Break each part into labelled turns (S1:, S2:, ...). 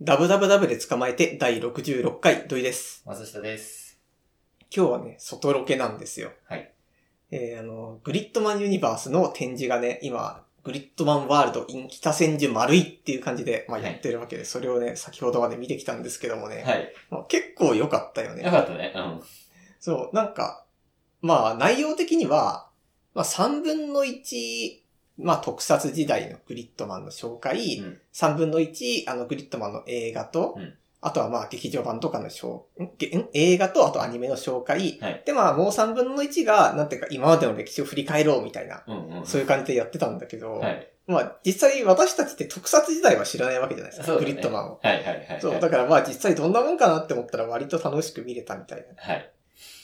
S1: ダブダブダブで捕まえて第66回土井です。
S2: 松下です。
S1: 今日はね、外ロケなんですよ。
S2: はい。
S1: えー、あの、グリッドマンユニバースの展示がね、今、グリッドマンワールド in 北千住丸いっていう感じで、まあ、
S2: はい
S1: やってるわけで、それをね、先ほどまで見てきたんですけどもね、
S2: はい。
S1: まあ、結構良かったよね
S2: よ。かったね。うん。
S1: そう、なんか、まあ内容的には、まあ3分の1、まあ特撮時代のグリッドマンの紹介、
S2: うん
S1: 3分の1、あのグリッドマンの映画と、
S2: うん
S1: あとはまあ劇場版とかの紹んげん映画とあとアニメの紹介、
S2: はい
S1: でまあもう3分の1が、なんていうか今までの歴史を振り返ろうみたいな、
S2: うんうん。
S1: そういう感じでやってたんだけど、
S2: はい。
S1: まあ実際私たちって特撮時代は知らないわけじゃないです
S2: そ
S1: か、
S2: うだ
S1: グ
S2: ね
S1: リッドマンを。
S2: はいはいはいはい。
S1: そう、だからまあ実際どんなもんかなって思ったら割と楽しく見れたみたいな。
S2: はい。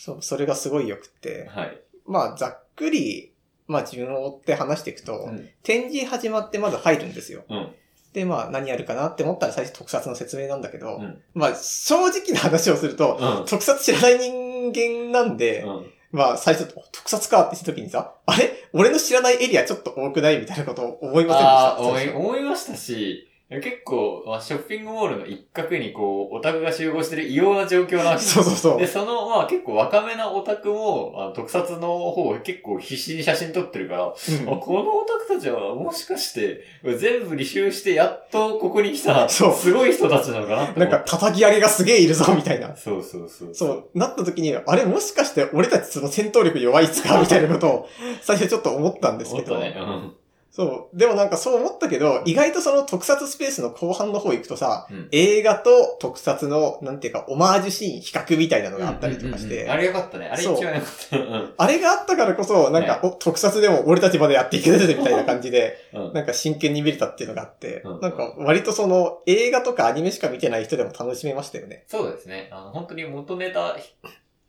S1: そう、それがすごい良くて。
S2: はい。
S1: まあ、ざっくり、まあ、順を追って話していくと、
S2: うん
S1: 展示始まってまず入るんですよ。
S2: うん。
S1: で、まあ、何やるかなって思ったら最初特撮の説明なんだけど、
S2: うん
S1: まあ、正直な話をすると、
S2: うん。
S1: 特撮知らない人間なんで、
S2: うん。
S1: まあ、最初、お特撮かってした時にさ、あれ俺の知らないエリアちょっと多くないみたいなことを思いませんでした
S2: ああ、思
S1: 最
S2: い、
S1: 初
S2: 思いましたし、結構、まあ、ショッピングモールの一角にこう、オタクが集合してる異様な状況なわ け
S1: そうそう そう
S2: で、。その、まあ結構若めなオタクも、あの特撮の方を結構必死に写真撮ってるから、
S1: うん
S2: あこのオタクたちはもしかして、全部履修してやっとここに来た、
S1: そう
S2: すごい人たちなのかなって
S1: な
S2: 思
S1: ん
S2: う
S1: か、叩き上げがすげえいるぞ、みたいな。
S2: そうそうそう。
S1: そう、なった時に、あれもしかして俺たちその戦闘力弱いっすかみたいなことを最初ちょっと思ったんです
S2: も
S1: け
S2: っ
S1: ど。
S2: とね、うん。
S1: そう。でもなんかそう思ったけど、意外とその特撮スペースの後半の方行くとさ、
S2: うん
S1: 映画と特撮の、なんていうか、オマージュシーン、比較みたいなのがあったりとかして、
S2: うんうんうんあれよかったね。あれ一番よかった。うん
S1: あれがあったからこそ、なんか、お特撮でも俺たちまでやっていけるぜみたいな感じで、
S2: うん
S1: なんか真剣に見れたっていうのがあって、
S2: うん
S1: なんか割とその映画とかアニメしか見てない人でも楽しめましたよね。
S2: そうですね。あの、本当に元ネタ、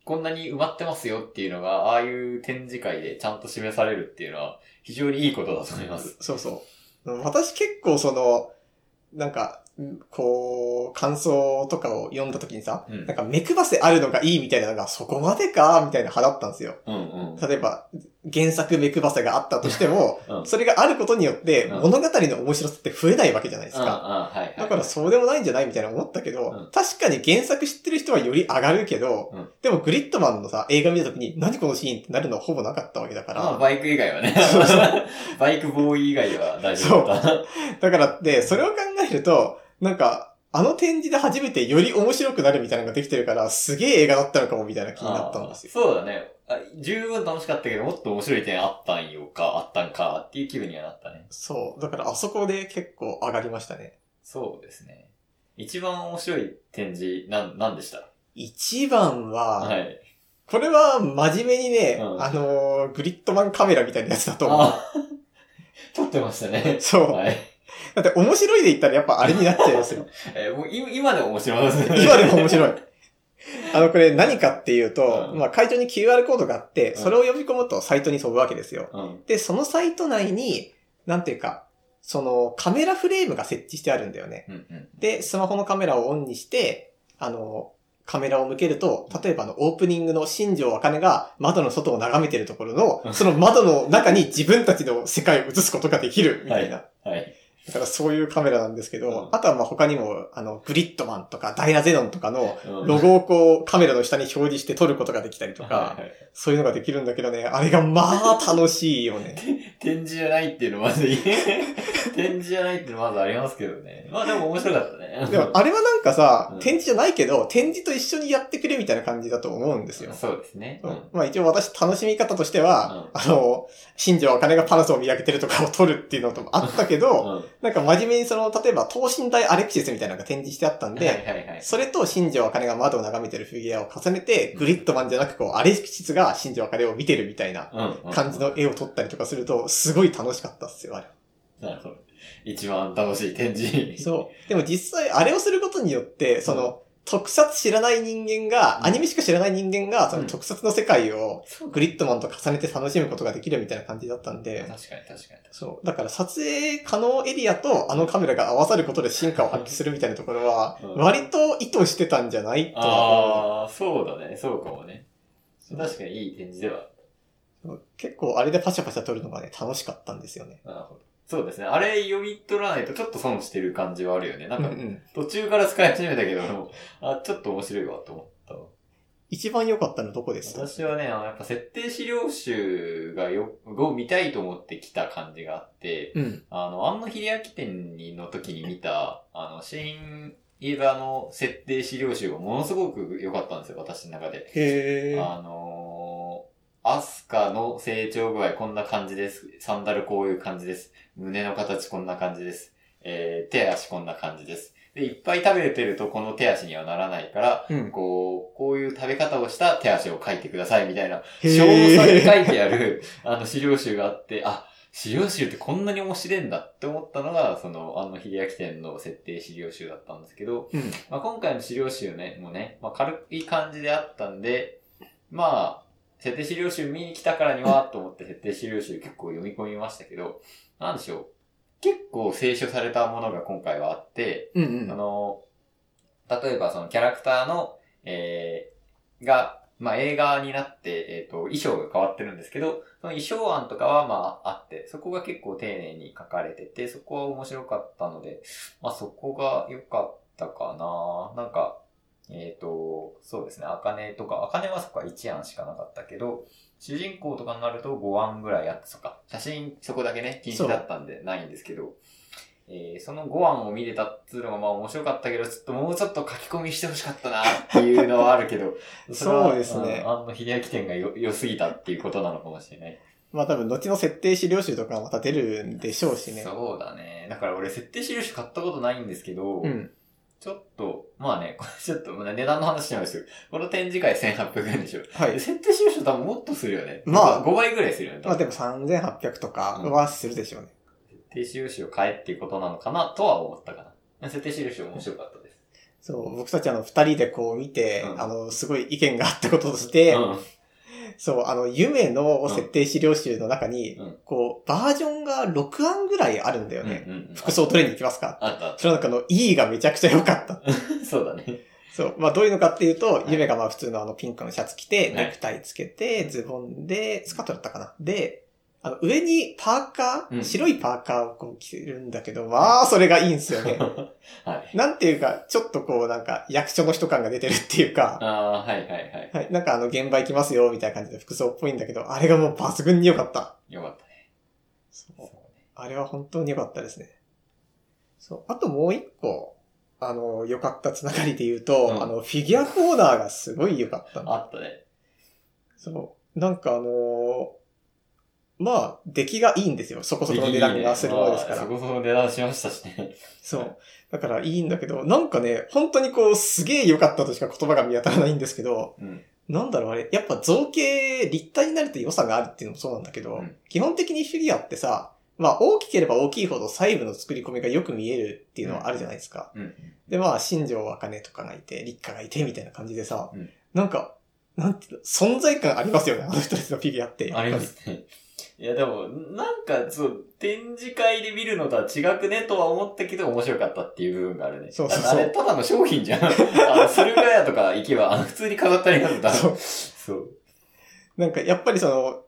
S2: こんなに埋まってますよっていうのが、ああいう展示会でちゃんと示されるっていうのは、非常にいいことだと思います。
S1: そうそう。私結構その、なんか、うんこう、感想とかを読んだ時にさ、
S2: うん
S1: なん。か目配せあるのがいいみたいなのが、そこまでかみたいな派だったんですよ。
S2: うんうん。
S1: 例えば、原作目配せがあったとしても、
S2: うん
S1: それがあることによって、
S2: うん
S1: 物語の面白さって増えないわけじゃないです
S2: うんうん
S1: か。
S2: はいはい。
S1: だからそうでもないんじゃないみたいな思ったけど、
S2: うん
S1: 確かに原作知ってる人はより上がるけど、
S2: うん
S1: でもグリッドマンのさ、映画見た時に何このシーンってなるのはほぼなかったわけだか
S2: まあ、
S1: ら、
S2: バイク以外はね
S1: そうそ。
S2: バイクボーイ以外は大丈夫だっ
S1: だ
S2: た。
S1: からって、それを考えると、なんか、あの展示で初めてより面白くなるみたいなのができてるから、すげえ映画だったのかもみたいな気になったんですよ。
S2: あーそうだね。あ十分楽しかったけど、もっと面白い点あったんよか、あったんか、っていう気分にはなったね。
S1: そう。だからあそこで結構上がりましたね。
S2: そうですね。一番面白い展示、なん、なんでした
S1: 一番は、
S2: はい。
S1: これは真面目にね、
S2: うん
S1: あのーグリッドマンカメラみたいなやつだと思う。
S2: あ ー撮ってましたね。
S1: そう。
S2: はい。
S1: だって面白いで言ったらやっぱあれになっちゃいます よ。
S2: えーもう今今でも面白いですね。
S1: 今でも面白い。あの、これ何かっていうと、
S2: うん
S1: まあ会場に QR コードがあって、
S2: うん
S1: それを呼び込むとサイトに飛ぶわけですよ。
S2: うん。
S1: で、そのサイト内に、なんていうか、そのカメラフレームが設置してあるんだよね。
S2: うんうん。
S1: で、スマホのカメラをオンにして、あの、カメラを向けると、例えばあのオープニングの新庄茜が窓の外を眺めてるところ
S2: う
S1: の、
S2: ん
S1: その窓の中に自分たちの世界を映すことができるみたいな。
S2: はい。
S1: だからそういうカメラなんですけど、
S2: うん
S1: あとはまあ他にも、あの、グリッドマンとかダイナゼノンとかの
S2: うん
S1: ロゴをこうカメラの下に表示して撮ることができたりと
S2: は
S1: か
S2: い、はい
S1: そういうのができるんだけどね、あれがまあ楽しいよね。
S2: 展示じゃないっていうのまずいい、 展示じゃないっていうのまずありますけどね。まあでも面白かったね。
S1: でもあれはなんかさ、
S2: うん
S1: 展示じゃないけど、展示と一緒にやってくれみたいな感じだと思うんですよ。
S2: そうですね。
S1: う
S2: うんん。
S1: まあ一応私楽しみ方としては、あの、新庄茜がパナソを見上げてるとかを撮るっていうのともあったけど、
S2: うん
S1: なんか真面目にその、例えば等身大アレクシスみたいなのが展示してあったん
S2: はいはい
S1: で、
S2: はい。
S1: それと新庄茜が窓を眺めてるフィギュアを重ねて、グリッドマンじゃなくこう、アレクシスが新庄茜を見てるみたいな
S2: うんうん
S1: 感じの絵を撮ったりとかすると、すごい楽しかったっすよ、あれ。
S2: なるほど。一番楽しい展示。
S1: そう。でも実際、あれをすることによって、その、特撮知らない人間
S2: う
S1: が、
S2: ん
S1: アニメしか知らない人間が、そうの
S2: ん
S1: 特撮の世界を
S2: そう
S1: グリッドマンと重ねて楽しむことができるみたいな感じだったん
S2: 確
S1: で
S2: か、に確かに。
S1: そう。だから撮影可能エリアとあのカメラが合わさることで進化を発揮するみたいなところは
S2: うん、
S1: 割と意図してたんじゃないとは
S2: ああ、そうだね。そうかもね。
S1: う
S2: 確かにいい展示では。
S1: 思う。結構あれでパシャパシャ撮るのがね、楽しかったんですよね。
S2: なるほど。そうですね。あれ読み取らないとちょっと損してる感じはあるよね。なん
S1: うんう
S2: か、
S1: ん。
S2: 途中から使い始めたけど、あ、ちょっと面白いわと思った。
S1: 一番良かったのどこです
S2: 私はね、あのやっぱ設定資料集がよ、を見たいと思って来た感じがあって、
S1: うん。
S2: あの、安野秀明店の時に見た、あの、シェイン・イバの設定資料集がものすごく良かったんですよ、私の中で。
S1: へー。
S2: あのー、アスカの成長具合こんな感じです。サンダルこういう感じです。胸の形こんな感じです。えー、手足こんな感じです。で、いっぱい食べてるとこの手足にはならないから、
S1: うん。
S2: こう、こういう食べ方をした手足を書いてくださいみたいな、
S1: へ
S2: 詳細に
S1: ー。
S2: 書いてある、 あの、資料集があって、あ、資料集ってこんなに面白いんだって思ったのが、その、あの、秀明店の設定資料集だったんですけど、
S1: うん。
S2: まあ、今回の資料集ね、もうね、まあ、軽い感じであったんで、まあ、設定資料集見に来たからには、と思って 設定資料集結構読み込みましたけど、なんでしょう。結構清書されたものが今回はあって、
S1: うんう
S2: あ
S1: ん。
S2: の、例えばそのキャラクターの、えー、が、まあ、映画になって、えっ、と、衣装が変わってるんですけど、その衣装案とかはまあ、あって、そこが結構丁寧に書かれてて、そこは面白かったので、まあ、そこが良かったかななんか、えっ、と、そうですね、あかねとか、あかねはそこは1案しかなかったけど、主人公とかになると5案ぐらいあって、そっか、写真そこだけね、禁止だったんでないんですけど、えーその5案を見れたっつうのがまあ面白かったけど、ちょっともうちょっと書き込みしてほしかったなっていうのはあるけど、は
S1: そうですね
S2: うんあの、秀明店がよ良すぎたっていうことなのかもしれない。
S1: まあ多分、後の設定資料集とかまた出るんでしょうしね。
S2: そうだね。だから俺、設定資料集買ったことないんですけど、
S1: うん。
S2: ちょっと、まあね、 これちょっと、まあ値段の話なんですよ。この展示会1800円でしょ。
S1: は
S2: で
S1: い。
S2: 設定資料集多分もっとするよね。
S1: まあ
S2: 5倍ぐらいするよね。多
S1: まあで
S2: 分
S1: も3800とかはするでしょうね。
S2: 設定資料集を買えっていうことなのかなとは思ったかな。設定資料集面白かったです。
S1: そう、僕たちあの、二人でこう見て、
S2: うん
S1: あの、すごい意見があったこととして、
S2: うん。
S1: そう、あの、夢の設定資料集の中に、
S2: うん
S1: こう、バージョンが6案ぐらいあるんだよね。
S2: うんうんうん
S1: 服装どれに行きますか
S2: あったあっ
S1: その中の E がめちゃくちゃ良かった。
S2: た。 そうだね。
S1: そう。まあ、どういうのかっていうと、
S2: い
S1: 夢がまあ、普通のあの、ピンクのシャツ着て、
S2: はい
S1: ネクタイつけて、ズボンで、スカートだったかな。で、あの、上にパーカー、
S2: うん
S1: 白いパーカーをこう着るんだけど、まあ、それがいいんですよ ね。
S2: はい。
S1: なんていうか、ちょっとこう、なんか、役所の人感が出てるっていうか、
S2: ああー、はいはいはい。
S1: はい。なんかあの、現場行きますよ、みたいな感じで服装っぽいんだけど、あれがもう抜群に良かった。
S2: よかったね。
S1: そう。あれは本当に良かったですね。そう。あともう一個、あの、良かったつながりで言うと、
S2: うん
S1: あの、フィギュアコーナーがすごい良かったの。
S2: あったね。
S1: そう。なんかあのーまあ、出来がいいんですよ。そこそこの値段がするものですから。
S2: まあそこそこ値段しましたしね。
S1: そう。だからいいんだけど、なんかね、本当にこう、すげえ良かったとしか言葉が見当たらないんですけど、
S2: うん。
S1: なんだろうあれ、やっぱ造形、立体になると良さがあるっていうのもそうなんだけど、
S2: うん
S1: 基本的にフィギュアってさ、まあ大きければ大きいほど細部の作り込みがよく見えるっていうのはあるじゃないですか。
S2: うん。
S1: でまあ、新庄茜とかがいて、立花がいてみたいな感じでさ、
S2: うん
S1: なんか、なんていうの、存在感ありますよね、あの人たちのフィギュアって。
S2: ありますね。いや、でも、なんか、そう、展示会で見るのとは違くねとは思ったけど、面白かったっていう部分があるね。
S1: そうそうそう
S2: だってあれ、ただの商品じゃん。 あの、駿河屋とか行けば、あの普通に飾ってありますだ
S1: そう
S2: そう。
S1: なんかやっぱりその、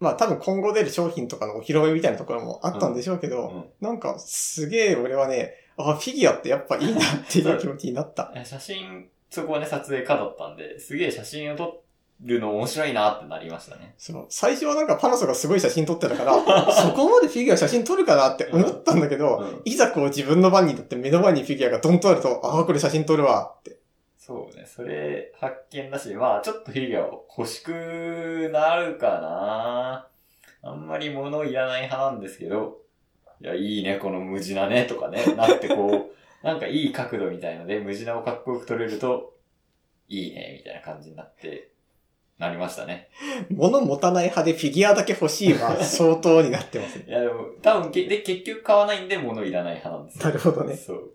S1: まあ多分今後出る商品とかのお披露目みたいなところもあったんでしょうけど、
S2: うん
S1: なんかすげえ俺はね、あ、フィギュアってやっぱいいなっていう気持ちになった。
S2: いや写真、そこはね、撮影家だったんで、すげえ写真を撮るの面白いなってなりましたね。
S1: その、最初はなんかパナソがすごい写真撮ってた から、そこまでフィギュア写真撮るかなって思ったんだけど、
S2: うん。
S1: いざこう自分の番になって目の前にフィギュアがドンとあると、ああ、これ写真撮るわって。
S2: そうね、それ発見だし、まあ、ちょっとフィギュア欲しくなるかな。あんまり物いらない派なんですけど、いや、いいね、この無地なね、とかね、なってこう、なんかいい角度みたいので、無地なをかっこよく撮れると、いいね、みたいな感じになって、なりましたね。
S1: 物持たない派でフィギュアだけ欲しいは相当になってますね。
S2: いや、でも、多分け、で、結局買わないんで物いらない 派なんですよ
S1: なるほどね。
S2: そう。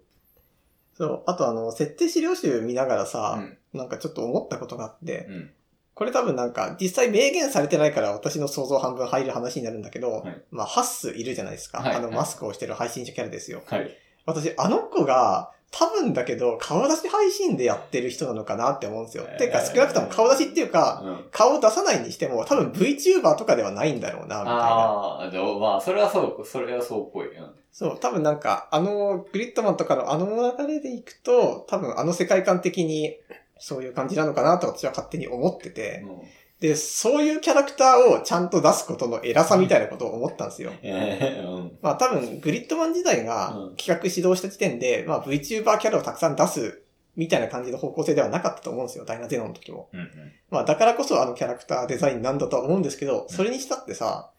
S1: そう。あとあの、設定資料集見ながら
S2: う
S1: さ、
S2: ん。
S1: なんかちょっと思ったことがあって、
S2: うん。
S1: これ多分なんか実際明言されてないから私の想像半分入る話になるんだけど、
S2: はい
S1: まあハッスいるじゃないですか。
S2: はい
S1: あの
S2: はい
S1: マスクをしてる配信者キャラですよ。
S2: はい。
S1: 私、あの子が、多分だけど、顔出し配信でやってる人なのかなって思うんですよ。
S2: えー
S1: てか、少なくとも顔出しっていうか、
S2: うん。
S1: 顔を出さないにしても、多分 VTuber とかではないんだろうな、みたいな。
S2: ああ、でもまあ、それはそう、それはそうっぽい。うん。
S1: そう、多分なんか、あの、グリッドマンとかのあの流れでいくと、多分あの世界観的に、そういう感じなのかなと私は勝手に思ってて、
S2: うん
S1: で、そういうキャラクターをちゃんと出すことの偉さみたいなことを思ったんですよ。
S2: えーうん。
S1: まあ多分、グリッドマン自体が
S2: うん
S1: 企画指導した時点で、まあ VTuber キャラをたくさん出すみたいな感じの方向性ではなかったと思うんですよ、ダイナゼノンの時も。
S2: うん
S1: まあだからこそあのキャラクターデザインなんだとは思うんですけど、それにしたってさ、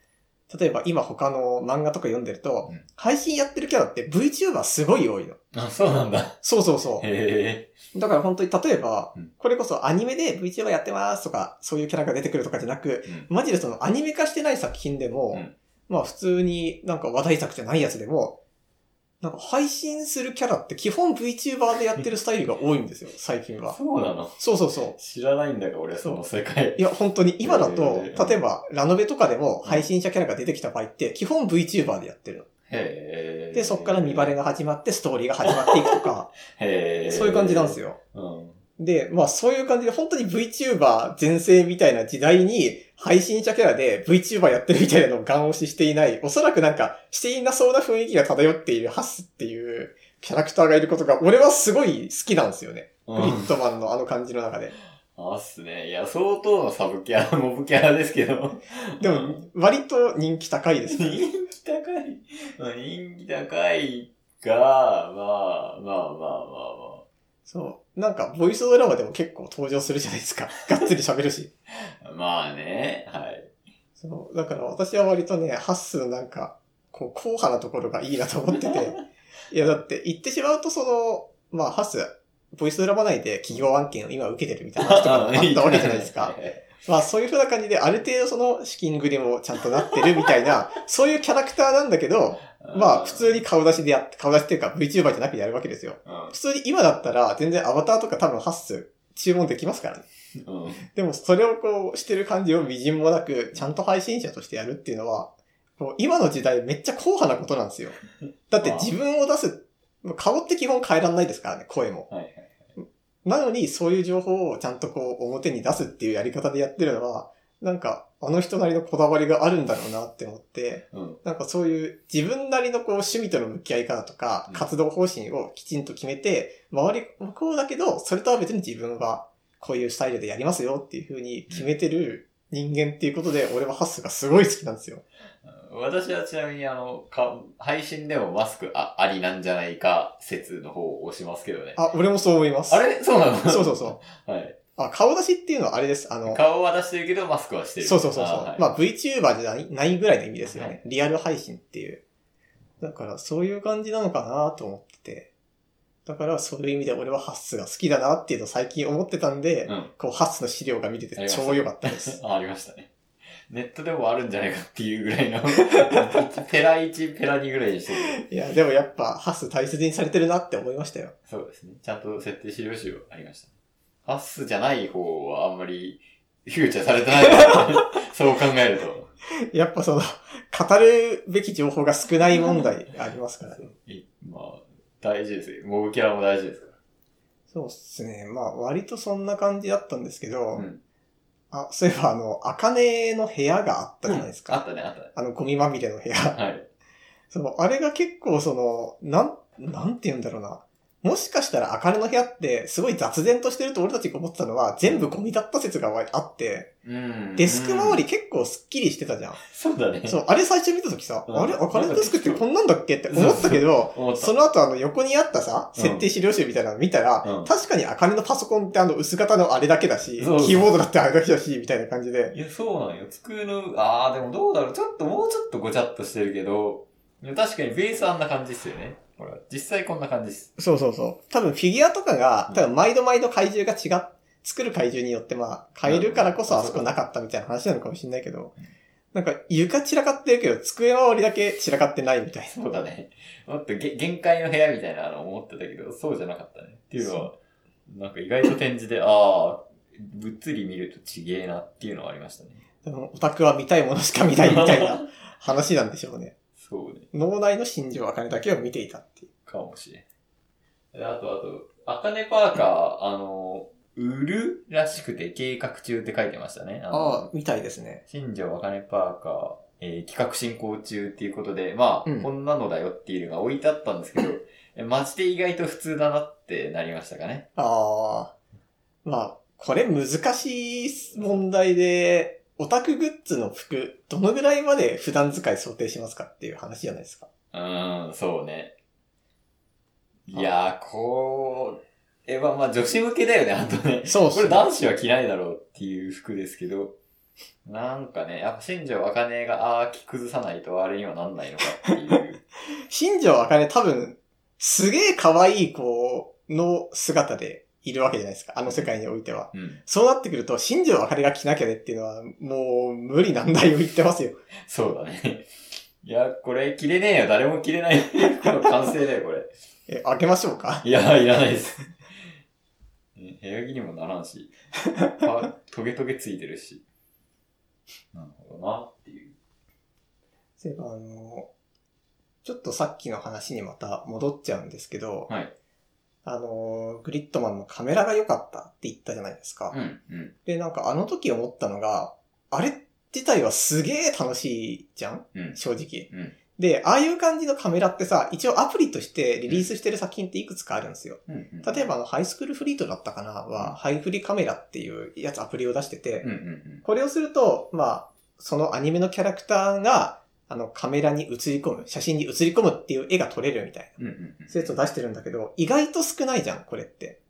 S1: 例えば今他の漫画とか読んでると
S2: うん、
S1: 配信やってるキャラって VTuber すごい多いの。
S2: うん。あ、そうなんだ。
S1: そうそうそ
S2: へ
S1: う。だから本当に例えば
S2: うん、
S1: これこそアニメで VTuber やってますとか、そういうキャラが出てくるとかじゃなく、
S2: え。うん
S1: マジでそのアニメ化してない作品でも、
S2: うん
S1: まあ普通になんか話題作じゃないやつでも、なんか配信するキャラって基本 VTuber でやってるスタイルが多いんですよ、最近は。
S2: そうなの
S1: そうそうそ
S2: 知らないんだが、俺、その世界
S1: う。。いや、本当に今だと、
S2: へー
S1: 例えばラノベとかでも配信者キャラが出てきた場合って、基本 VTuber でやってるの。
S2: へえ。
S1: で、そっから見バレが始まって、ストーリーが始まっていくとか、
S2: へえ。
S1: そういう感じなんです
S2: よ。
S1: よ。
S2: うん。
S1: で、まあそういう感じで本当に VTuber 全盛みたいな時代に配信者キャラで VTuber やってるみたいなのをガン押ししていない、おそらくなんかしていなそうな雰囲気が漂っているハスっていうキャラクターがいることが俺はすごい好きなんですよね。グ
S2: う
S1: リ
S2: ん
S1: ッ。ドマンのあの感じの中で。
S2: あっすね。いや、相当のサブキャラ、 モブキャラですけど。
S1: で
S2: う
S1: も
S2: ん、
S1: 割と人気高いですね。
S2: 人気高い。まあ人気高いが、まあ、まあまあまあまあ。
S1: そう。なんかボイスドラマでも結構登場するじゃないですか。がっつり喋るし。
S2: まあね、はい。
S1: そう。だから私は割とね、ハッスのなんか、こう、硬派なところがいいなと思ってて。いや、だって言ってしまうと、その、まあ、ハッス、ボイスドラマ内で企業案件を今受けてるみたいな話 と かもあったわけじゃないですか。。まあ、そういうふうな感じで、ある程度その資金繰りもちゃんとなってるみたいな、 そういうキャラクターなんだけど、まあ、普通
S2: に。
S1: に顔出しでやって、顔出しっていうか VTuber じゃなくてやるわけですよ。
S2: うん
S1: 普通に今だったら、全然アバターとか多分ハッス、注文できますからね。
S2: うん。
S1: でもそれをこうしてる感じを微塵もなく、ちゃんと配信者としてやるっていうのは、こう今の時代めっちゃ硬派なことなんですよ。だって自分を出す、顔って基本変えらんないですからね、声も。
S2: はいはい。
S1: なのにそういう情報をちゃんとこう表に出すっていうやり方でやってるのは、なんかあの人なりのこだわりがあるんだろうなって思って、
S2: うん。
S1: なんかそういう自分なりのこう趣味との向き合い方とか
S2: うん
S1: 活動方針をきちんと決めて、周りもこうだけど、それとは別に自分はこういうスタイルでやりますよっていう風に決めてる人間っていうことで、俺はハッスがすごい好きなんですよ。
S2: 私はちなみに、あの、か、配信でもマスクあありなんじゃないか説の方を押しますけどね。
S1: あ、俺もそう思います。
S2: あれそうなの
S1: そうそうそう。
S2: う。 はい。
S1: あ、顔出しっていうのはあれです。あの、
S2: 顔は出してるけど、マスクはしてる。
S1: そうそうそうそう。
S2: あはい
S1: まあ VTuber じゃないないぐらいの意味ですよね。
S2: はい
S1: リアル配信っていう。だからそういう感じなのかなと思ってて。だからそういう意味で俺はハッスが好きだなっていうのを最近思ってたんで、
S2: うん
S1: こうハッスの資料が見れて超良かった です。
S2: あありましたね。ネットでもあるんじゃないかっていうぐらいの、 ペラ1、ペラ2ぐらいにしてる。
S1: いや、でもやっぱハッス大切にされてるなって思いましたよ。
S2: そうですね。ちゃんと設定資料集ありました。ハッスじゃない方はあんまりフューチャーされて ないですね。そう考えると。
S1: やっぱその、語るべき情報が少ない問題ありますからね。
S2: いまあ、大事ですよ。モブキャラも大事ですから。
S1: そうっすね。まあ割とそんな感じだったんですけど、
S2: うん
S1: あ、そういえばあの、あかねの部屋があったじゃないですか。
S2: あったね、あったね。
S1: あの、ゴミまみれの部屋。
S2: はい。
S1: その、あれが結構その、なん、なんて言うんだろうな。もしかしたら、あかねの部屋って、すごい雑然としてると俺たちが思ってたのは、全部ゴミだった説があって、
S2: うん。
S1: デスク周
S2: り。
S1: り結構スッキリしてたじゃん。
S2: そうだね。
S1: そう、あれ最初見た時さ、
S2: うん
S1: あれ、あかねのデスクってこんなんだっけって思ったけど、
S2: 思った。
S1: その後あの横にあったさ、
S2: うん
S1: 設定資料集みたいなの見たら、
S2: うん
S1: 確かにあかねのパソコンってあの薄型のあれだけだし、キ
S2: そうそう
S1: ーボードだってあれだけだし、みたいな感じで。
S2: いや、そうなんよ。机の、ああ、でもどうだろう。ちょっと、もうちょっとごちゃっとしてるけど、いや確かにベースあんな感じっすよね。ほら、実際こんな感じっす。
S1: そうそうそう。多分フィギュアとかが
S2: う、ん
S1: 多分毎度毎度怪獣が違う、作る怪獣によってまあ変えるからこそ
S2: うん
S1: あそこなかったみたいな話なのかもしれないけど、なんか床散らかってるけど、机周りだけ散らかってないみたい
S2: そうだね。もっとげ限界の部屋みたいなの思ってたけど、そうじゃなかったね。っていうのは、なんか意外と展示で、ああ、ぶっつり見るとちげえなっていうのはありましたね。
S1: な。そのオタクは見たいものしか見ないみたいな話なんでしょうね。
S2: そうね。
S1: 脳内の心情をあかねだけを見ていたっていう。
S2: かもしれん。であと、あと、アカネパーカー、あの、売るらしくて計画中って書いてましたね。あの
S1: ああ、みたいですね。
S2: 新庄あかねパーカー、えー企画進行中っていうことで、まあ、
S1: うん
S2: こんなのだよっていうのが置いてあったんですけど、 えマジで意外と普通だなってなりましたかね。
S1: ああ。まあ、これ難しい問題で、オタクグッズの服、どのぐらいまで普段使い想定しますかっていう話じゃないですか。
S2: うーん、そうね。いやー、こう、え、まあまあ女子向けだよね、あとね。
S1: そう
S2: これ男子は着ないだろうっていう服ですけど、なんかね、やっぱ新庄あかねが、あー、着崩さないとあれにはなんないのかって いう。
S1: 新庄あかね多分、すげえ可愛い子の姿でいるわけじゃないですか。あの世界においては。
S2: うん。
S1: そうなってくると、新庄あかねが着なきゃねっていうのは、もう無理難題を言ってますよ。
S2: そうだね。いや、これ着れねえよ。誰も着れない服の完成だよ、これ。
S1: え、あげましょうか。
S2: いや、いらないです。ね部屋着にもならんし、あトゲトゲついてるし。なるほどな、っていう。
S1: そういえばあの、ちょっとさっきの話にまた戻っちゃうんですけど、
S2: はい。
S1: あの、グリッドマンのカメラが良かったって言ったじゃないですか。
S2: うん、うん、
S1: で、なんかあの時思ったのが、あれ自体はすげえ楽しいじゃん
S2: うん、
S1: 正直。
S2: うん
S1: で、ああいう感じのカメラってさ、一応アプリとしてリリースしてる作品っていくつかあるんですよ。
S2: うんうん。
S1: 例えばあの、ハイスクールフリートだったかなは、
S2: うん
S1: ハイフリカメラっていうやつアプリを出してて、
S2: うん、うん、
S1: これをすると、まあ、そのアニメのキャラクターが、あの、カメラに映り込む、写真に映り込むっていう絵が撮れるみたい
S2: うん。うん、うんうん
S1: な、。そういうやつを出してるんだけど、意外と少ないじゃん、これって。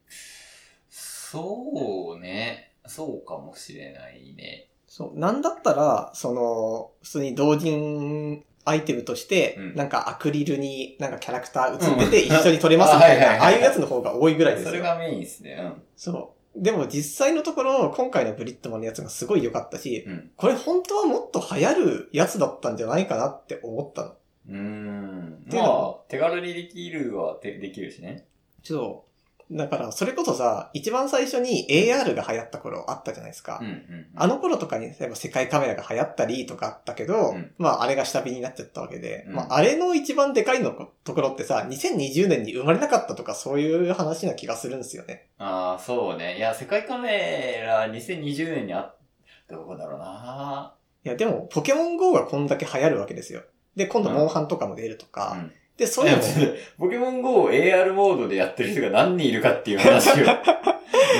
S2: そうね。そうかもしれないね。
S1: そう。なんだったら、その、普通に同人アイテムとして、
S2: うん
S1: なんかアクリルになんかキャラクター映ってて
S2: うん
S1: 一緒に撮れますみたい
S2: あはいはい
S1: な、あ
S2: はい
S1: あいうやつの方が多いぐらいですよ。
S2: それがメインですね。う
S1: そう。でも実際のところ、今回のブリットマンのやつがすごい良かったし、
S2: ん。うん。
S1: これ本当はもっと流行るやつだったんじゃないかなって思ったの。
S2: うーん。
S1: ていう
S2: ま
S1: の
S2: あ
S1: も、
S2: 手軽にできるはでできるしね。
S1: そう。だから、それこそさ、一番最初に AR が流行った頃あったじゃないですか。
S2: うん、うん。
S1: あの頃とかに、例えば世界カメラが流行ったりとかあったけど、
S2: うん
S1: まああれが下火になっちゃったわけで、
S2: うん
S1: まああれの一番でかいのこところってさ、2020年に生まれなかったとかそういう話な気がするんですよね。
S2: ああ、そうね。いや、世界カメラ2020年にあどこだろうない
S1: やでも、ポケモン GO がこんだけ流行るわけですよ。で、今度モンハンとかも出るとか、
S2: うん
S1: で、そういうのも、
S2: いやポケモン GO を AR モードでやってる人が何人いるかっていう話 を。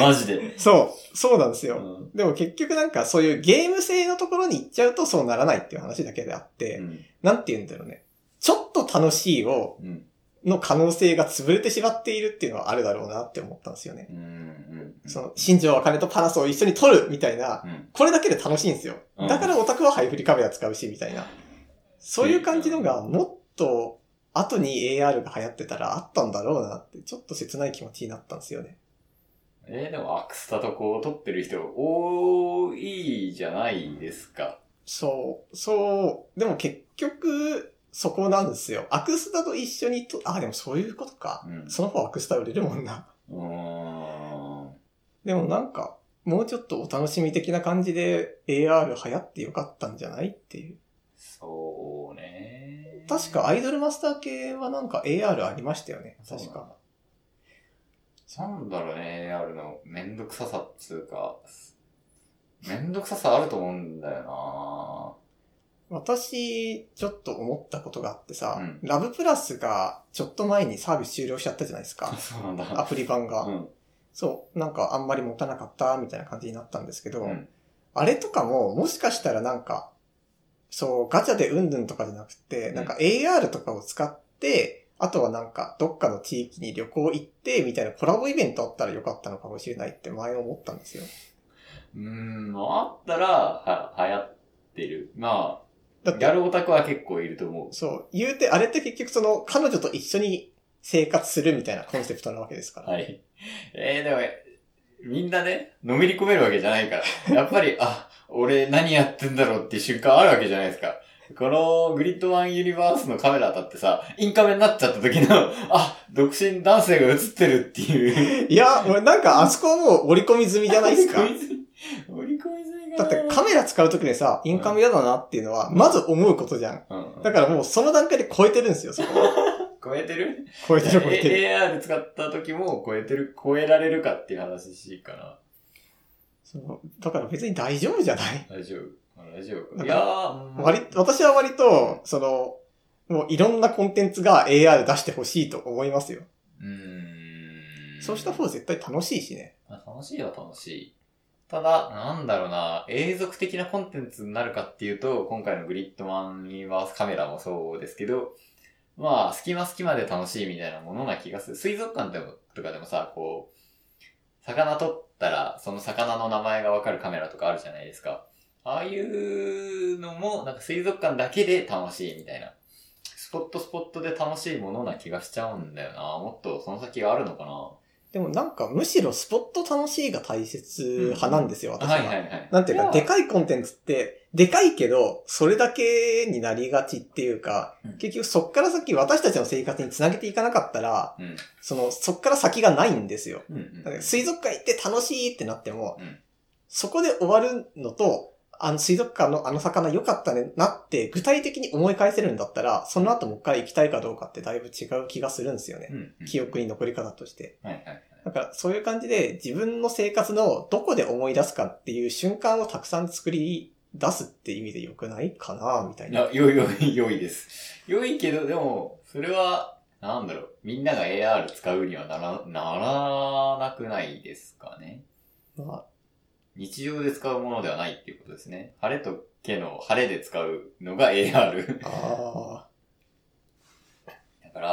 S2: マジで。
S1: そう、そうなんです
S2: う
S1: よ。
S2: ん。
S1: でも結局なんかそういうゲーム性のところに行っちゃうとそうならないっていう話だけであって、
S2: うん。
S1: なんて言うんだろうね。ちょっと楽しいを、
S2: うん。
S1: の可能性が潰れてしまっているっていうのはあるだろうなって思ったんですよね。
S2: うんうん。
S1: その、新庄あかねとパラソを一緒に撮るみたいな、
S2: うん。
S1: これだけで楽しいんですよ。だからオタクはハイフリカメラ使うし、みたいな。そういう感じのが、もっと、後に AR が流行ってたらあったんだろうなって、ちょっと切ない気持ちになったんですよね。
S2: えーでもアクスタとこう撮ってる人多いじゃないですか。
S1: そう、そう、でも結局、そこなんですよ。アクスタと一緒にと、あ、でもそういうことか。
S2: うん。
S1: その方アクスタ売れるもんな。
S2: うーん。
S1: でもなんか、もうちょっとお楽しみ的な感じで AR 流行ってよかったんじゃないっていう。
S2: そうね。
S1: 確かアイドルマスター系はなんか AR ありましたよね。
S2: そうなん
S1: 確
S2: だ
S1: か。
S2: なんだろうね、AR のめんどくささっつうか、めんどくささあると思うんだよ
S1: 私、ちょっと思ったことがあってさ、
S2: うん
S1: ラブプラスがちょっと前にサービス終了しちゃったじゃないです
S2: な
S1: か。
S2: そうな ん
S1: ア
S2: だ。
S1: プリ版が。
S2: うん。
S1: そう、なんかあんまり持たなかったみたいな感じになったんですけど、
S2: うん。
S1: あれとかももしかしたらなんか、そう、ガチャでうんぬんとかじゃなくて、
S2: うん
S1: なんか AR とかを使って、あとはなんかどっかの地域に旅行行って、みたいなコラボイベントあったらよかったのかもしれないって前思ったんですよ。
S2: うーん、あったら、は、流行ってる。ま
S1: だ
S2: あ、
S1: っ
S2: や
S1: て、
S2: るオタクは結構いると思う。
S1: そう、言うて、あれって結局その彼女と一緒に生活するみたいなコンセプトなわけですから。
S2: はい。えー、でも、みんなね、のめり込めるわけじゃな いから。やっぱり、あ、俺何やってんだろうっていう瞬間あるわけじゃないですか。このグリッドワンユニバースのカメラだってさ、インカメになっちゃった時の、あ、独身男性が映ってるっていう。
S1: いや、俺なんかあそこはもう折り込み済みじゃない ですか。
S2: 折り込み済み折り込み済み
S1: だ
S2: が
S1: って
S2: な
S1: カメラ使う時でさ、インカメ嫌だなっていうのは、まず思うことじゃん。
S2: うんうん
S1: だからもうその段階で超えてるんですよ、そこは。
S2: 超えてる
S1: 超えてる超えてる。
S2: A- ?AR 使った時も超えてる、超えられるかっていう話しかな。
S1: そのだから別に大丈夫じゃない
S2: 大丈夫。あ大丈
S1: な
S2: 夫か。
S1: んか
S2: いやー、うん
S1: 割、私は割と、その、もういろんなコンテンツが AR 出してほしいと思いますよ。
S2: うーん。
S1: そうした方が絶対楽しいしね。
S2: まあ楽しいは楽しい。ただ、なんだろうな、永続的なコンテンツになるかっていうと、今回のグリッドマンユニバースカメラもそうですけど、まあ、隙間隙間で楽しいみたいなものな気がする。水族館でも、とかでもさ、こう、魚取ったら、その魚の名前がわかるカメラとかあるじゃないですか。ああいうのも、なんか水族館だけで楽しいみたいな。スポットスポットで楽しいものな気がしちゃうんだよな。もっとその先があるのかな。
S1: でもなんかむしろスポット楽しいが大切派なんですよ、私は。
S2: はいはいはい。
S1: なんていう
S2: い
S1: か、
S2: や
S1: でかいコンテンツって、でかいけど、それだけになりがちっていうか
S2: うん、
S1: 結局そっから先私たちの生活につなげていかなかったら、
S2: うん。
S1: その、そっから先がないんですよ。
S2: うんうん
S1: だから水族館行って楽しいってなっても、
S2: うん
S1: そこで終わるのと、あの水族館のあの魚良かったねなって具体的に思い返せるんだったら、その後もう一回行きたいかどうかってだいぶ違う気がするんですよね。
S2: うんうん
S1: 記憶に残り方として。
S2: はいはいはい。
S1: なんかそういう感じで自分の生活のどこで思い出すかっていう瞬間をたくさん作り出すって意味で良くないかなみたい
S2: い
S1: な。
S2: や、良い良い良いです。良いけど、でも、それは、なんだろう、みんなが AR 使うにはなら、ならなくないですかね。
S1: まあ、
S2: 日常で使うものではないっていうことですね。晴れと毛の晴れで使うのが AR。
S1: あ
S2: だから、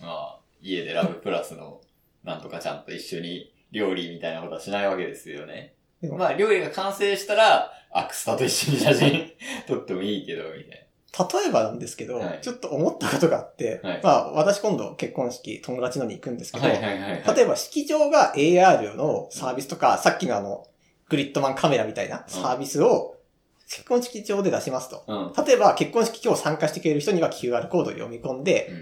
S2: まあ、家でラブプラスのなんとかちゃんと一緒に料理みたいなことはしないわけですよね。
S1: でも
S2: まあ、料理が完成したら、アクスタと一緒に写真 撮ってもいいけど、みたい
S1: ー例えばなんですけど、
S2: はい
S1: ちょっと思ったことがあって、
S2: はい
S1: まあ私今度結婚式友達のに行くんですけ
S2: な。
S1: ど、
S2: はいはいはい、はい。
S1: 例えば式場が AR のサービスとか、さっきのあの、グリッドマンカメラみたいなサービスを結婚式場で出しますと。
S2: うん。
S1: 例えば、結婚式今日参加してくれる人には QR コードを読み込んで、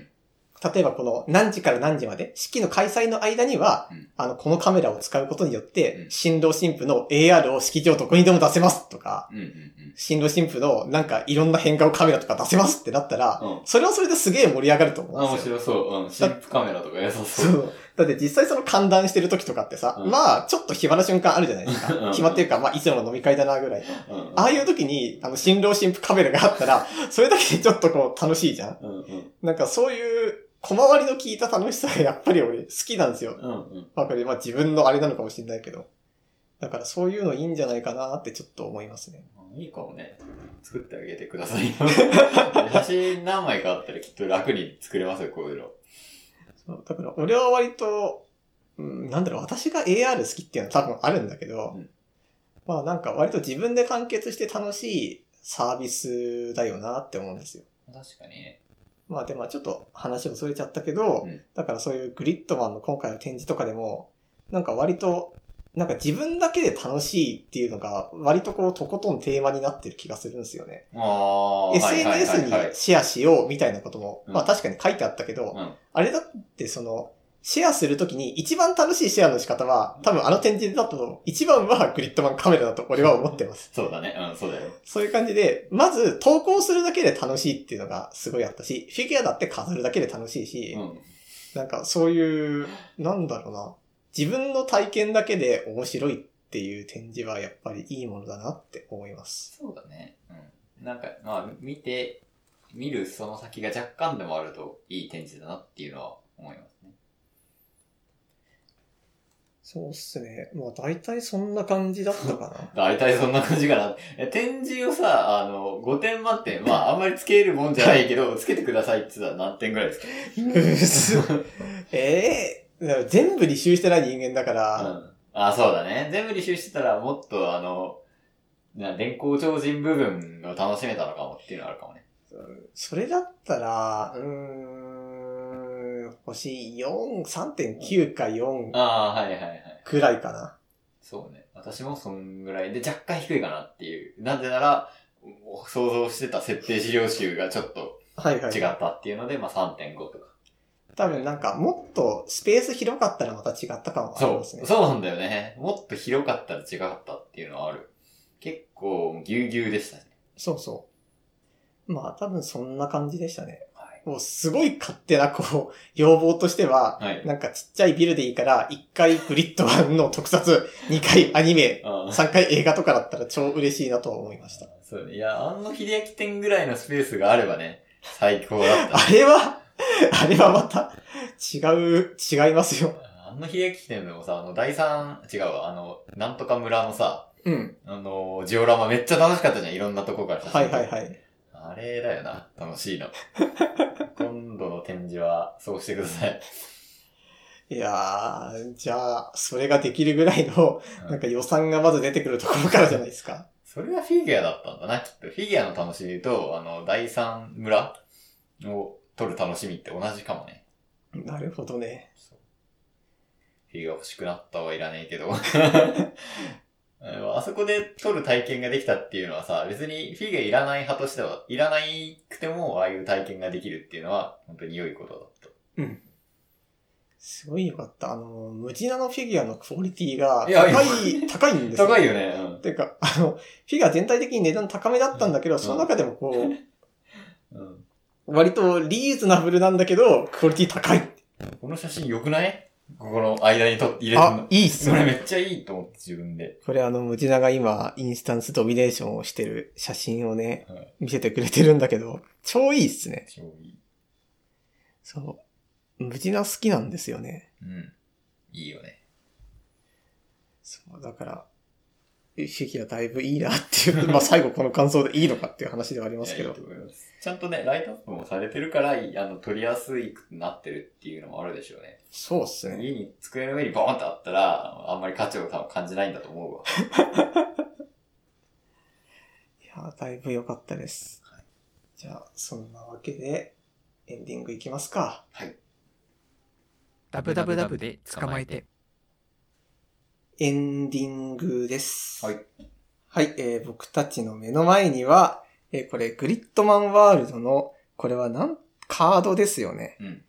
S1: 例えばこの何時から何時まで、式の開催の間には、
S2: うん
S1: あの、このカメラを使うことによっ
S2: う
S1: て
S2: ん、
S1: 新郎新婦の AR を式場どこにでも出せますとか、
S2: うんうんうん。
S1: 新郎新婦のなんかいろんな変化をカメラとか出せますってなったら、
S2: うん
S1: それはそれですげえ盛り上がると思
S2: あ、
S1: うん
S2: 面
S1: ですよ。
S2: 白そう。うん。シップカメラとか良
S1: そ
S2: さそう。
S1: う。だって実際その観覧してる時とかってさ、
S2: うん
S1: まあ、ちょっと暇な瞬間あるじゃないです
S2: うん
S1: か。暇っていうか、まあ、いつもの飲み会だなぐらい。
S2: うん。
S1: ああいう時に、あの、新郎新婦カメラがあったら、それだけでちょっとこう、楽しいじゃん
S2: うんうん。
S1: なんかそういう、小回りの効いた楽しさがやっぱり俺好きなんですよ。
S2: うんうん。
S1: まあこれ、まあ自分のあれなのかもしれないけど。だからそういうのいいんじゃないかなってちょっと思いますね。
S2: あいいかもね。作ってあげてくださいよ。写真何枚かあったらきっと楽に作れますよ、こういうの。
S1: そうだから俺は割と、うん、なんだろう、私が AR 好きっていうのは多分あるんだけど、
S2: うん
S1: まあなんか割と自分で完結して楽しいサービスだよなって思うんですよ。
S2: 確かにね。
S1: まあでもちょっと話をそれちゃったけど、
S2: うん
S1: だからそういうグリッドマンの今回の展示とかでも、なんか割と、なんか自分だけで楽しいっていうのが割とこうとことんテーマになってる気がするんですよね。
S2: ああ。
S1: SNS に
S2: はいはいはいはい
S1: シェアしようみたいなことも、
S2: うん
S1: まあ確かに書いてあったけど、
S2: うん
S1: あれだってその、シェアするときに一番楽しいシェアの仕方は、多分あの展示だと一番はグリッドマンカメラだと俺は思ってます。
S2: そうだね。うん、そうだよ。
S1: そういう感じで、まず投稿するだけで楽しいっていうのがすごいあったし、フィギュアだって飾るだけで楽しいし、
S2: うん。
S1: なんかそういう、なんだろうな、自分の体験だけで面白いっていう展示はやっぱりいいものだなって思います。
S2: そうだね。うん。なんか、まあ、見て、見るその先が若干でもあるといい展示だなっていうのは思いますね。
S1: そうっすね。まあ大体そんな感じだったか
S2: 大体そんな感じかな。え展示をさ、あの、5点満点、まあ、あんまりつけるもんじゃないけど、つけてくださいって言ったら何点ぐらいですか
S1: な。うっす ええだから全部履修してない人間だから、
S2: うんあ、そうだね。全部履修してたら、もっとあの、な電光超人部分を楽しめたのかもっていうのはあるかもね。
S1: それだったら、うーん、星4、3.9か4
S2: ああ、はいはいはい。
S1: くらいかな。
S2: そうね。私もそんぐらいで若干低いかなっていう。なぜなら、お想像してた設定資料集がちょっと
S1: はいはい。
S2: 違ったっていうので、まあ3.5とか。
S1: 多分なんか、もっとスペース広かったらまた違った感はあり
S2: そ
S1: ますね。
S2: う、そうなんだよね。もっと広かったら違かったっていうのはある。結構、ぎゅうぎゅうでしたね。
S1: そうそう。まあ多分そんな感じでしたね。
S2: はい。はい。
S1: もうすごい勝手な、こう、要望としては、
S2: はい。
S1: なんかちっちゃいビルでいいから、1回グリッドワンの特撮、2回アニメ、
S2: あー
S1: 3回映画とかだったら超嬉しいなとは思いました。
S2: そうね。いや、あの秀明店ぐらいのスペースがあればね、最高だった。
S1: あれは、あれはまた、違う、違いますよ。
S2: あの秀明店でもさ、あの、第三、違うわ、あの、なんとか村のさ、
S1: うん。
S2: あの、ジオラマめっちゃ楽しかったじゃん、いろんなとこから写真
S1: はいはいはい。
S2: あれだよな、楽し いの。今度の展示は、そうしてください。
S1: いやー、じゃあ、それができるぐらいの、
S2: うん
S1: なんか予算がまず出てくるところからじゃないですか。
S2: それがフィギュアだったんだな、きっと。フィギュアの楽しみと、あの、第三村を取る楽しみって同じかもね。
S1: なるほどね。
S2: そうフィギュア欲しくなったはいらないけど。 あのあそこで取る体験ができたっていうのはさ、別にフィギュアいらない派としては、いらないくても、ああいう体験ができるっていうのは、本当に良いことだった。
S1: すごいよかった。あの、ムジナのフィギュアのクオリティが
S2: いやいや
S1: 高い、高いんですよ。
S2: 高いよね。うん
S1: っていうか、あの、フィギュア全体的に値段高めだったんだけど、
S2: うん
S1: その中でもこ
S2: うん
S1: う、割とリーズナブルなんだけど、クオリティ高い。
S2: この写真良くないここの間にと入れてん
S1: あ
S2: の、。
S1: いいっす
S2: それ
S1: ね。
S2: めっちゃいいと思って自分で。
S1: これあの、ムジナが今、インスタンスドミネーションをしてる写真をね
S2: は、
S1: 見せてくれてるんだけど、超いいっすね。
S2: 超いい。
S1: そう。ムジナ好きなんですよね。
S2: うん。いいよね。
S1: そう、だから、フィギュアだいぶいいなっていう、まあ最後この感想でいいのかっていう話ではありますけ
S2: いやい
S1: ど
S2: いと。思いますちゃんとね、ライトアップもされてるから、いあの、撮りやすくなってるっていうのもあるでしょうね。
S1: そうっすね。
S2: 家に机の上にボーンってあったら、あんまり価値を多分感じないんだと思うわ。
S1: いやー、だいぶ良かったです。じゃあ、そんなわけで、エンディングいきますか。
S3: ダブダブダブで捕まえて。
S1: エンディングです。
S2: はい。
S1: はい、えー僕たちの目の前には、えーこれ、グリッドマンワールドの、これはなん、カードですよね。
S2: うん。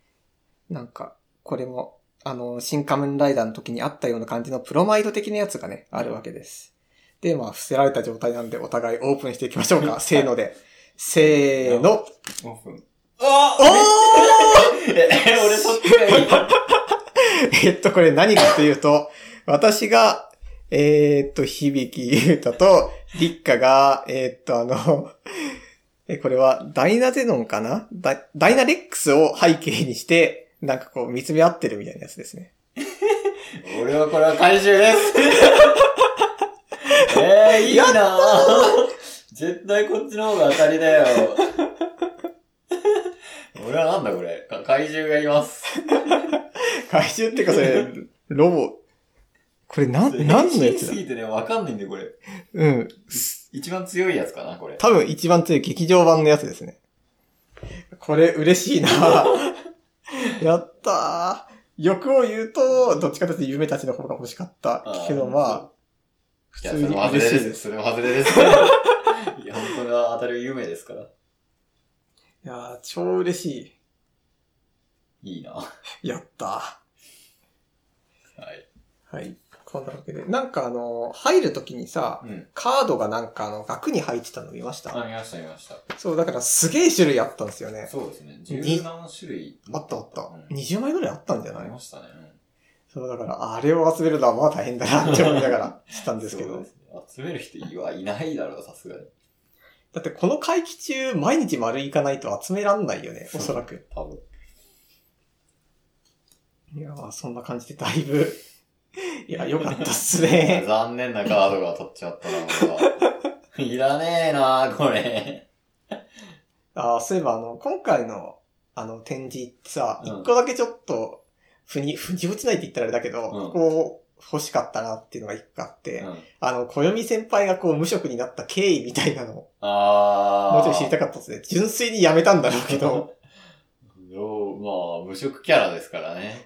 S1: なんか、これも、あの、新仮面ライダーの時にあったような感じのプロマイド的なやつがね、あるわけです。で、まあ、伏せられた状態なんで、お互いオープンしていきましょう
S2: は
S1: か。
S2: い
S1: せーので。せーの。
S2: オープン。あ
S1: お
S2: あ
S1: ー
S2: え、え俺そっちがいい。
S1: えっと、これ何かというと、私が、えーっと、響きゆうたと、立花が、えーっと、あの、え、これは、ダイナゼノンかなダダイナレックスを背景にして、なんかこう、見つめ合ってるみたいなやつですね。
S2: 俺はこれは回 収です。えー、いいなぁ絶対こっちの方が当たりだよ。俺はなんだこれ。か怪獣がいます。
S1: 怪獣っていうか、それ、ロボ。これ、なん、なんのやつ
S2: す
S1: だ
S2: ぎてね、わかんないんだよ、これ。
S1: うん。
S2: 一番強いやつかな、これ。
S1: 多分一番強い劇場版のやつですね。これ嬉しいな やったー。欲を言うと、どっちかというと夢たちの方が欲しかった
S2: あー
S1: けど、まあ、普
S2: いや、
S1: 通
S2: そ
S1: に
S2: れも
S1: 嬉
S2: 外れ
S1: しい
S2: で。
S1: ですす。
S2: それも外れ です。いや、本当が当たる夢ですから。
S1: いやー超嬉し。
S2: いいなはい
S1: やった
S2: い。
S1: ー。はい。こんなわけで。なんかあのー、入るときにさ、
S2: うん。
S1: カードがなんかあの、額に入ってたの見ました、
S2: あ、見ました、見ました。
S1: そう、だからすげえ種類あったんですよね。
S2: そうですね。十何種類。
S1: あったあった。
S2: うん
S1: 20枚ぐらいあったんじゃ
S2: あ
S1: な
S2: り
S1: い
S2: ましたね。うん
S1: そう、だから、あれを集めるのはまあ大変だなって思いながら したんですけ
S2: そう
S1: ど
S2: で。すね。集める人はいないだろう、さすがに。
S1: だってこの会期中、毎日丸行かないと集めらんないよね、お
S2: そう
S1: そらく。
S2: 多分。
S1: いやーそんな感じでだい ぶ、いや、良かったっす
S2: いや
S1: ね。
S2: 残念なカードが取っちゃったな、俺は。いらねえな、これ。
S1: あーそういえば、あの、今回の、あの、展示ってさ、
S2: う
S1: 一、
S2: ん
S1: 個だけちょっと、ふに、ふに落ちないって言ったらあれだけど、
S2: う
S1: こ
S2: ん
S1: こ欲しかったなっていうのが一個あって、
S2: うん、
S1: あの、暦先輩がこう無職になった経緯みたいなのを、
S2: あ
S1: もう
S2: ー。
S1: ちょい知りたかったですね。純粋に辞めたんだろうけど。
S2: どうまあ、無職キャラですか らね。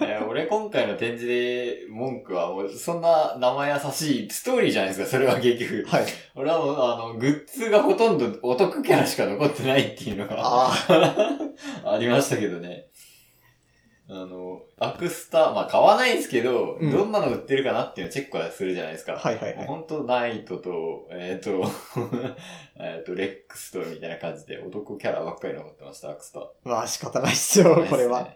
S2: いや俺今回の展示で文句は、もうそんな生優しいストーリーじゃないですか、それは結局。
S1: はい。
S2: 俺はもう、あの、グッズがほとんどお得 キャラしか残ってないっていうのが
S1: ああ。
S2: ありましたけどね。あの、アクスタ、まあ買わないんですけど、
S1: うん
S2: どんなの売ってるかなっていうのをチェックはするじゃないですか。
S1: はいはい はい。
S2: 本当ナイトと、えっ、と、 えっと、レックスとみたいな感じで男キャラばっかり残ってました、アクスタ。
S1: まあ仕方ないっすよ、これは。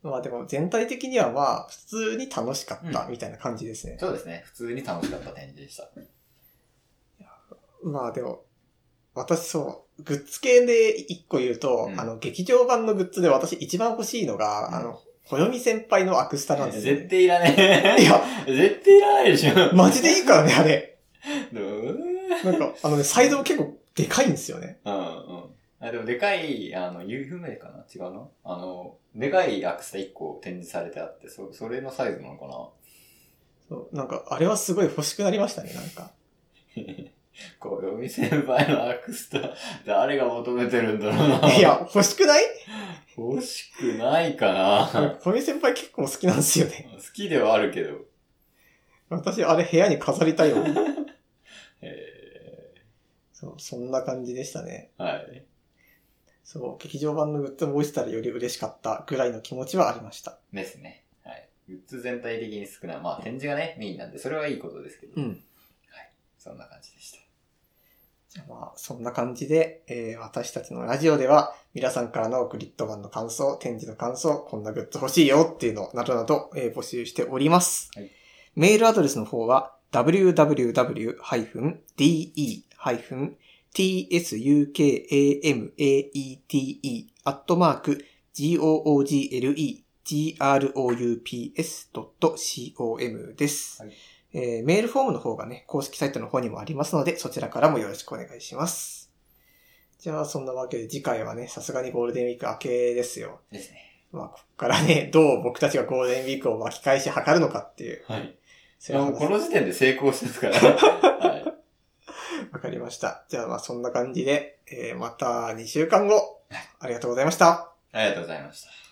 S1: まあでも全体的にはまあ普通に楽しかった
S2: うん
S1: みたいな感じですね。
S2: そうですね。普通に楽しかった展示でした。
S1: まあでも、私そう、グッズ系で一個言うと、
S2: うん
S1: あの劇場版のグッズで私一番欲しいのが、
S2: うん
S1: あの、暦先輩のアクスタなんですよ、
S2: 絶対いらね
S1: いや、
S2: え。絶対いらないでしょ。
S1: マジでいいからね、あれ。
S2: でもうー
S1: な
S2: ん
S1: んか、あのね、サイズも結構でかいんですよね。
S2: うんうん。あでも、でかい、あの、有名かな違うなあの、でかいアクスタ1個展示されてあって、そ、それのサイズなのかな
S1: そうなんか、あれはすごい欲しくなりましたね、なんか。
S2: こう、み先輩のアクスタ、誰が求めてるんだろうな。
S1: い、や、欲しくない
S2: 欲しくないか
S1: あの
S2: な。
S1: 小見先輩結構好きなんですよね。
S2: 好きではあるけど。
S1: 私、あれ部屋に飾りたいわ。
S2: え
S1: そう、そんな感じでしたね。
S2: ー、はい。
S1: そう、劇場版のグッズも落ちたらより嬉しかったぐらいの気持ちはありました。
S2: ですね。はい。グッズ全体的に少ない。まあ、展示がね、メインなんで、それはいいことですけど。
S1: うん。
S2: そんな感じでした。
S1: じゃあまあ、そんな感じで、えー私たちのラジオでは、皆さんからのグリッド版の感想、展示の感想、こんなグッズ欲しいよっていうのなどなど、えー募集しております。
S2: はい
S1: メールアドレスの方は、www-tsukamate.google.com です。
S2: はい
S1: えーメールフォームの方がね、公式サイトの方にもありますので、そちらからもよろしくお願いします。じゃあ、そんなわけで次回はね、さすがにゴールデンウィーク明けですよ。
S2: ですね。
S1: まあ、ここからね、 どう僕たちがゴールデンウィークを巻き返し図るのかっていう。
S2: はい。
S1: そ
S2: い
S1: れ
S2: や、
S1: は
S2: もうこの時点で成功してますから。は
S1: わかりました。じゃあ、まあ、そんな感じで、えーまた2週間後、ありがとうございました。
S2: い。ありがとうございました。